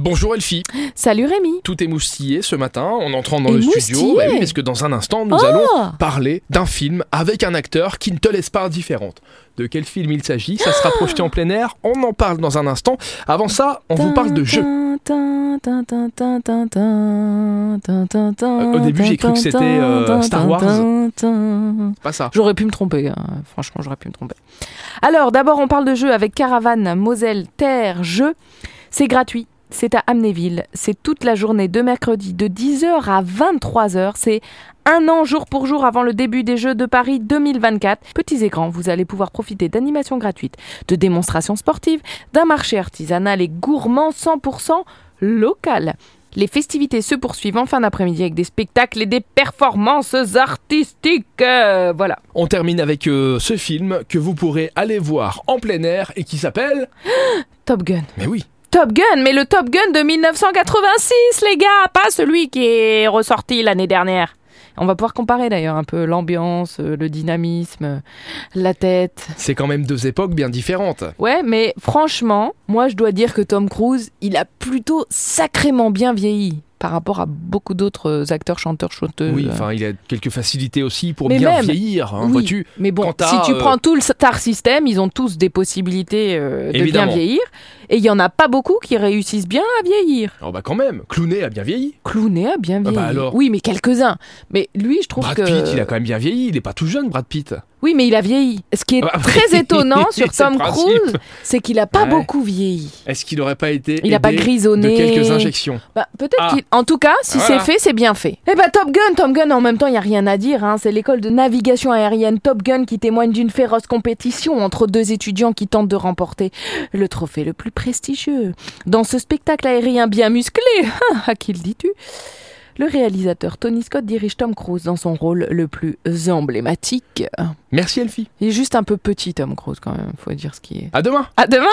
Bonjour Elfie, Salut Rémi tout est moustillé ce matin en entrant dans le studio, Émoustillé bah oui, parce que dans un instant nous Oh allons parler d'un film avec un acteur qui ne te laisse pas indifférente. De quel film il s'agit Ça sera projeté en plein air, on en parle dans un instant. Avant ça, on vous parle de jeu. Au au début, j'ai cru que c'était, euh, Star Wars. C'est Pas ça. J'aurais pu me tromper, hein. franchement, j'aurais pu me tromper. Alors, d'abord, on parle de jeu avec Caravane, Moselle, Terre, Jeu. C'est gratuit, c'est à Amnéville. C'est toute la journée de mercredi de 10h à 23h. C'est un an jour pour jour avant le début des Jeux de Paris 2024. Petits et grands, vous allez pouvoir profiter d'animations gratuites, de démonstrations sportives, d'un marché artisanal et gourmand 100% local. Les festivités se poursuivent en fin d'après-midi avec des spectacles et des performances artistiques. Euh, voilà. On termine avec euh, ce film que vous pourrez aller voir en plein air et qui s'appelle... Top Gun. Mais oui, Top Gun, mais le Top Gun de 1986, les gars, pas celui qui est ressorti l'année dernière. On va pouvoir comparer d'ailleurs un peu l'ambiance, euh, le dynamisme, euh, la tête. c'est quand même deux époques bien différentes. Ouais, mais franchement, moi je dois dire que Tom Cruise, il a plutôt sacrément bien vieilli par rapport à beaucoup d'autres euh, acteurs, chanteurs, chanteuses. Oui, euh, enfin il a quelques facilités aussi pour Mais bien même- vieillir, hein, Oui, vois-tu. Mais bon, Quand t'as, si tu euh, prends tout le star system, ils ont tous des possibilités euh, de bien Évidemment. vieillir. Et il y en a pas beaucoup qui réussissent bien à vieillir. Oh bah quand même, Clooney a bien vieilli. Clooney a hein, bien bah vieilli. alors. oui, mais quelques-uns. Mais lui, je trouve Brad que. Pitt, il a quand même bien vieilli, il est pas tout jeune Brad Pitt. Oui, mais il a vieilli. Ce qui est Ah bah, très étonnant sur c'est le Tom principe. Cruise, c'est qu'il a pas Ouais. beaucoup vieilli. Est-ce qu'il n'aurait pas été Il a pas aidé grisonné. de quelques injections Bah, peut-être Ah. qu'il- En tout cas, si Voilà. c'est fait, c'est bien fait. Et bah Top Gun, Top Gun, en même temps, il n'y a rien à dire. hein. C'est l'école de navigation aérienne Top Gun qui témoigne d'une féroce compétition entre deux étudiants qui tentent de remporter le trophée le plus prestigieux. Dans ce spectacle aérien bien musclé, hein, à qui le dis-tu le réalisateur Tony Scott dirige Tom Cruise dans son rôle le plus emblématique. Merci Elfie. Il est juste un peu petit Tom Cruise quand même, faut dire ce qui est. À demain. À demain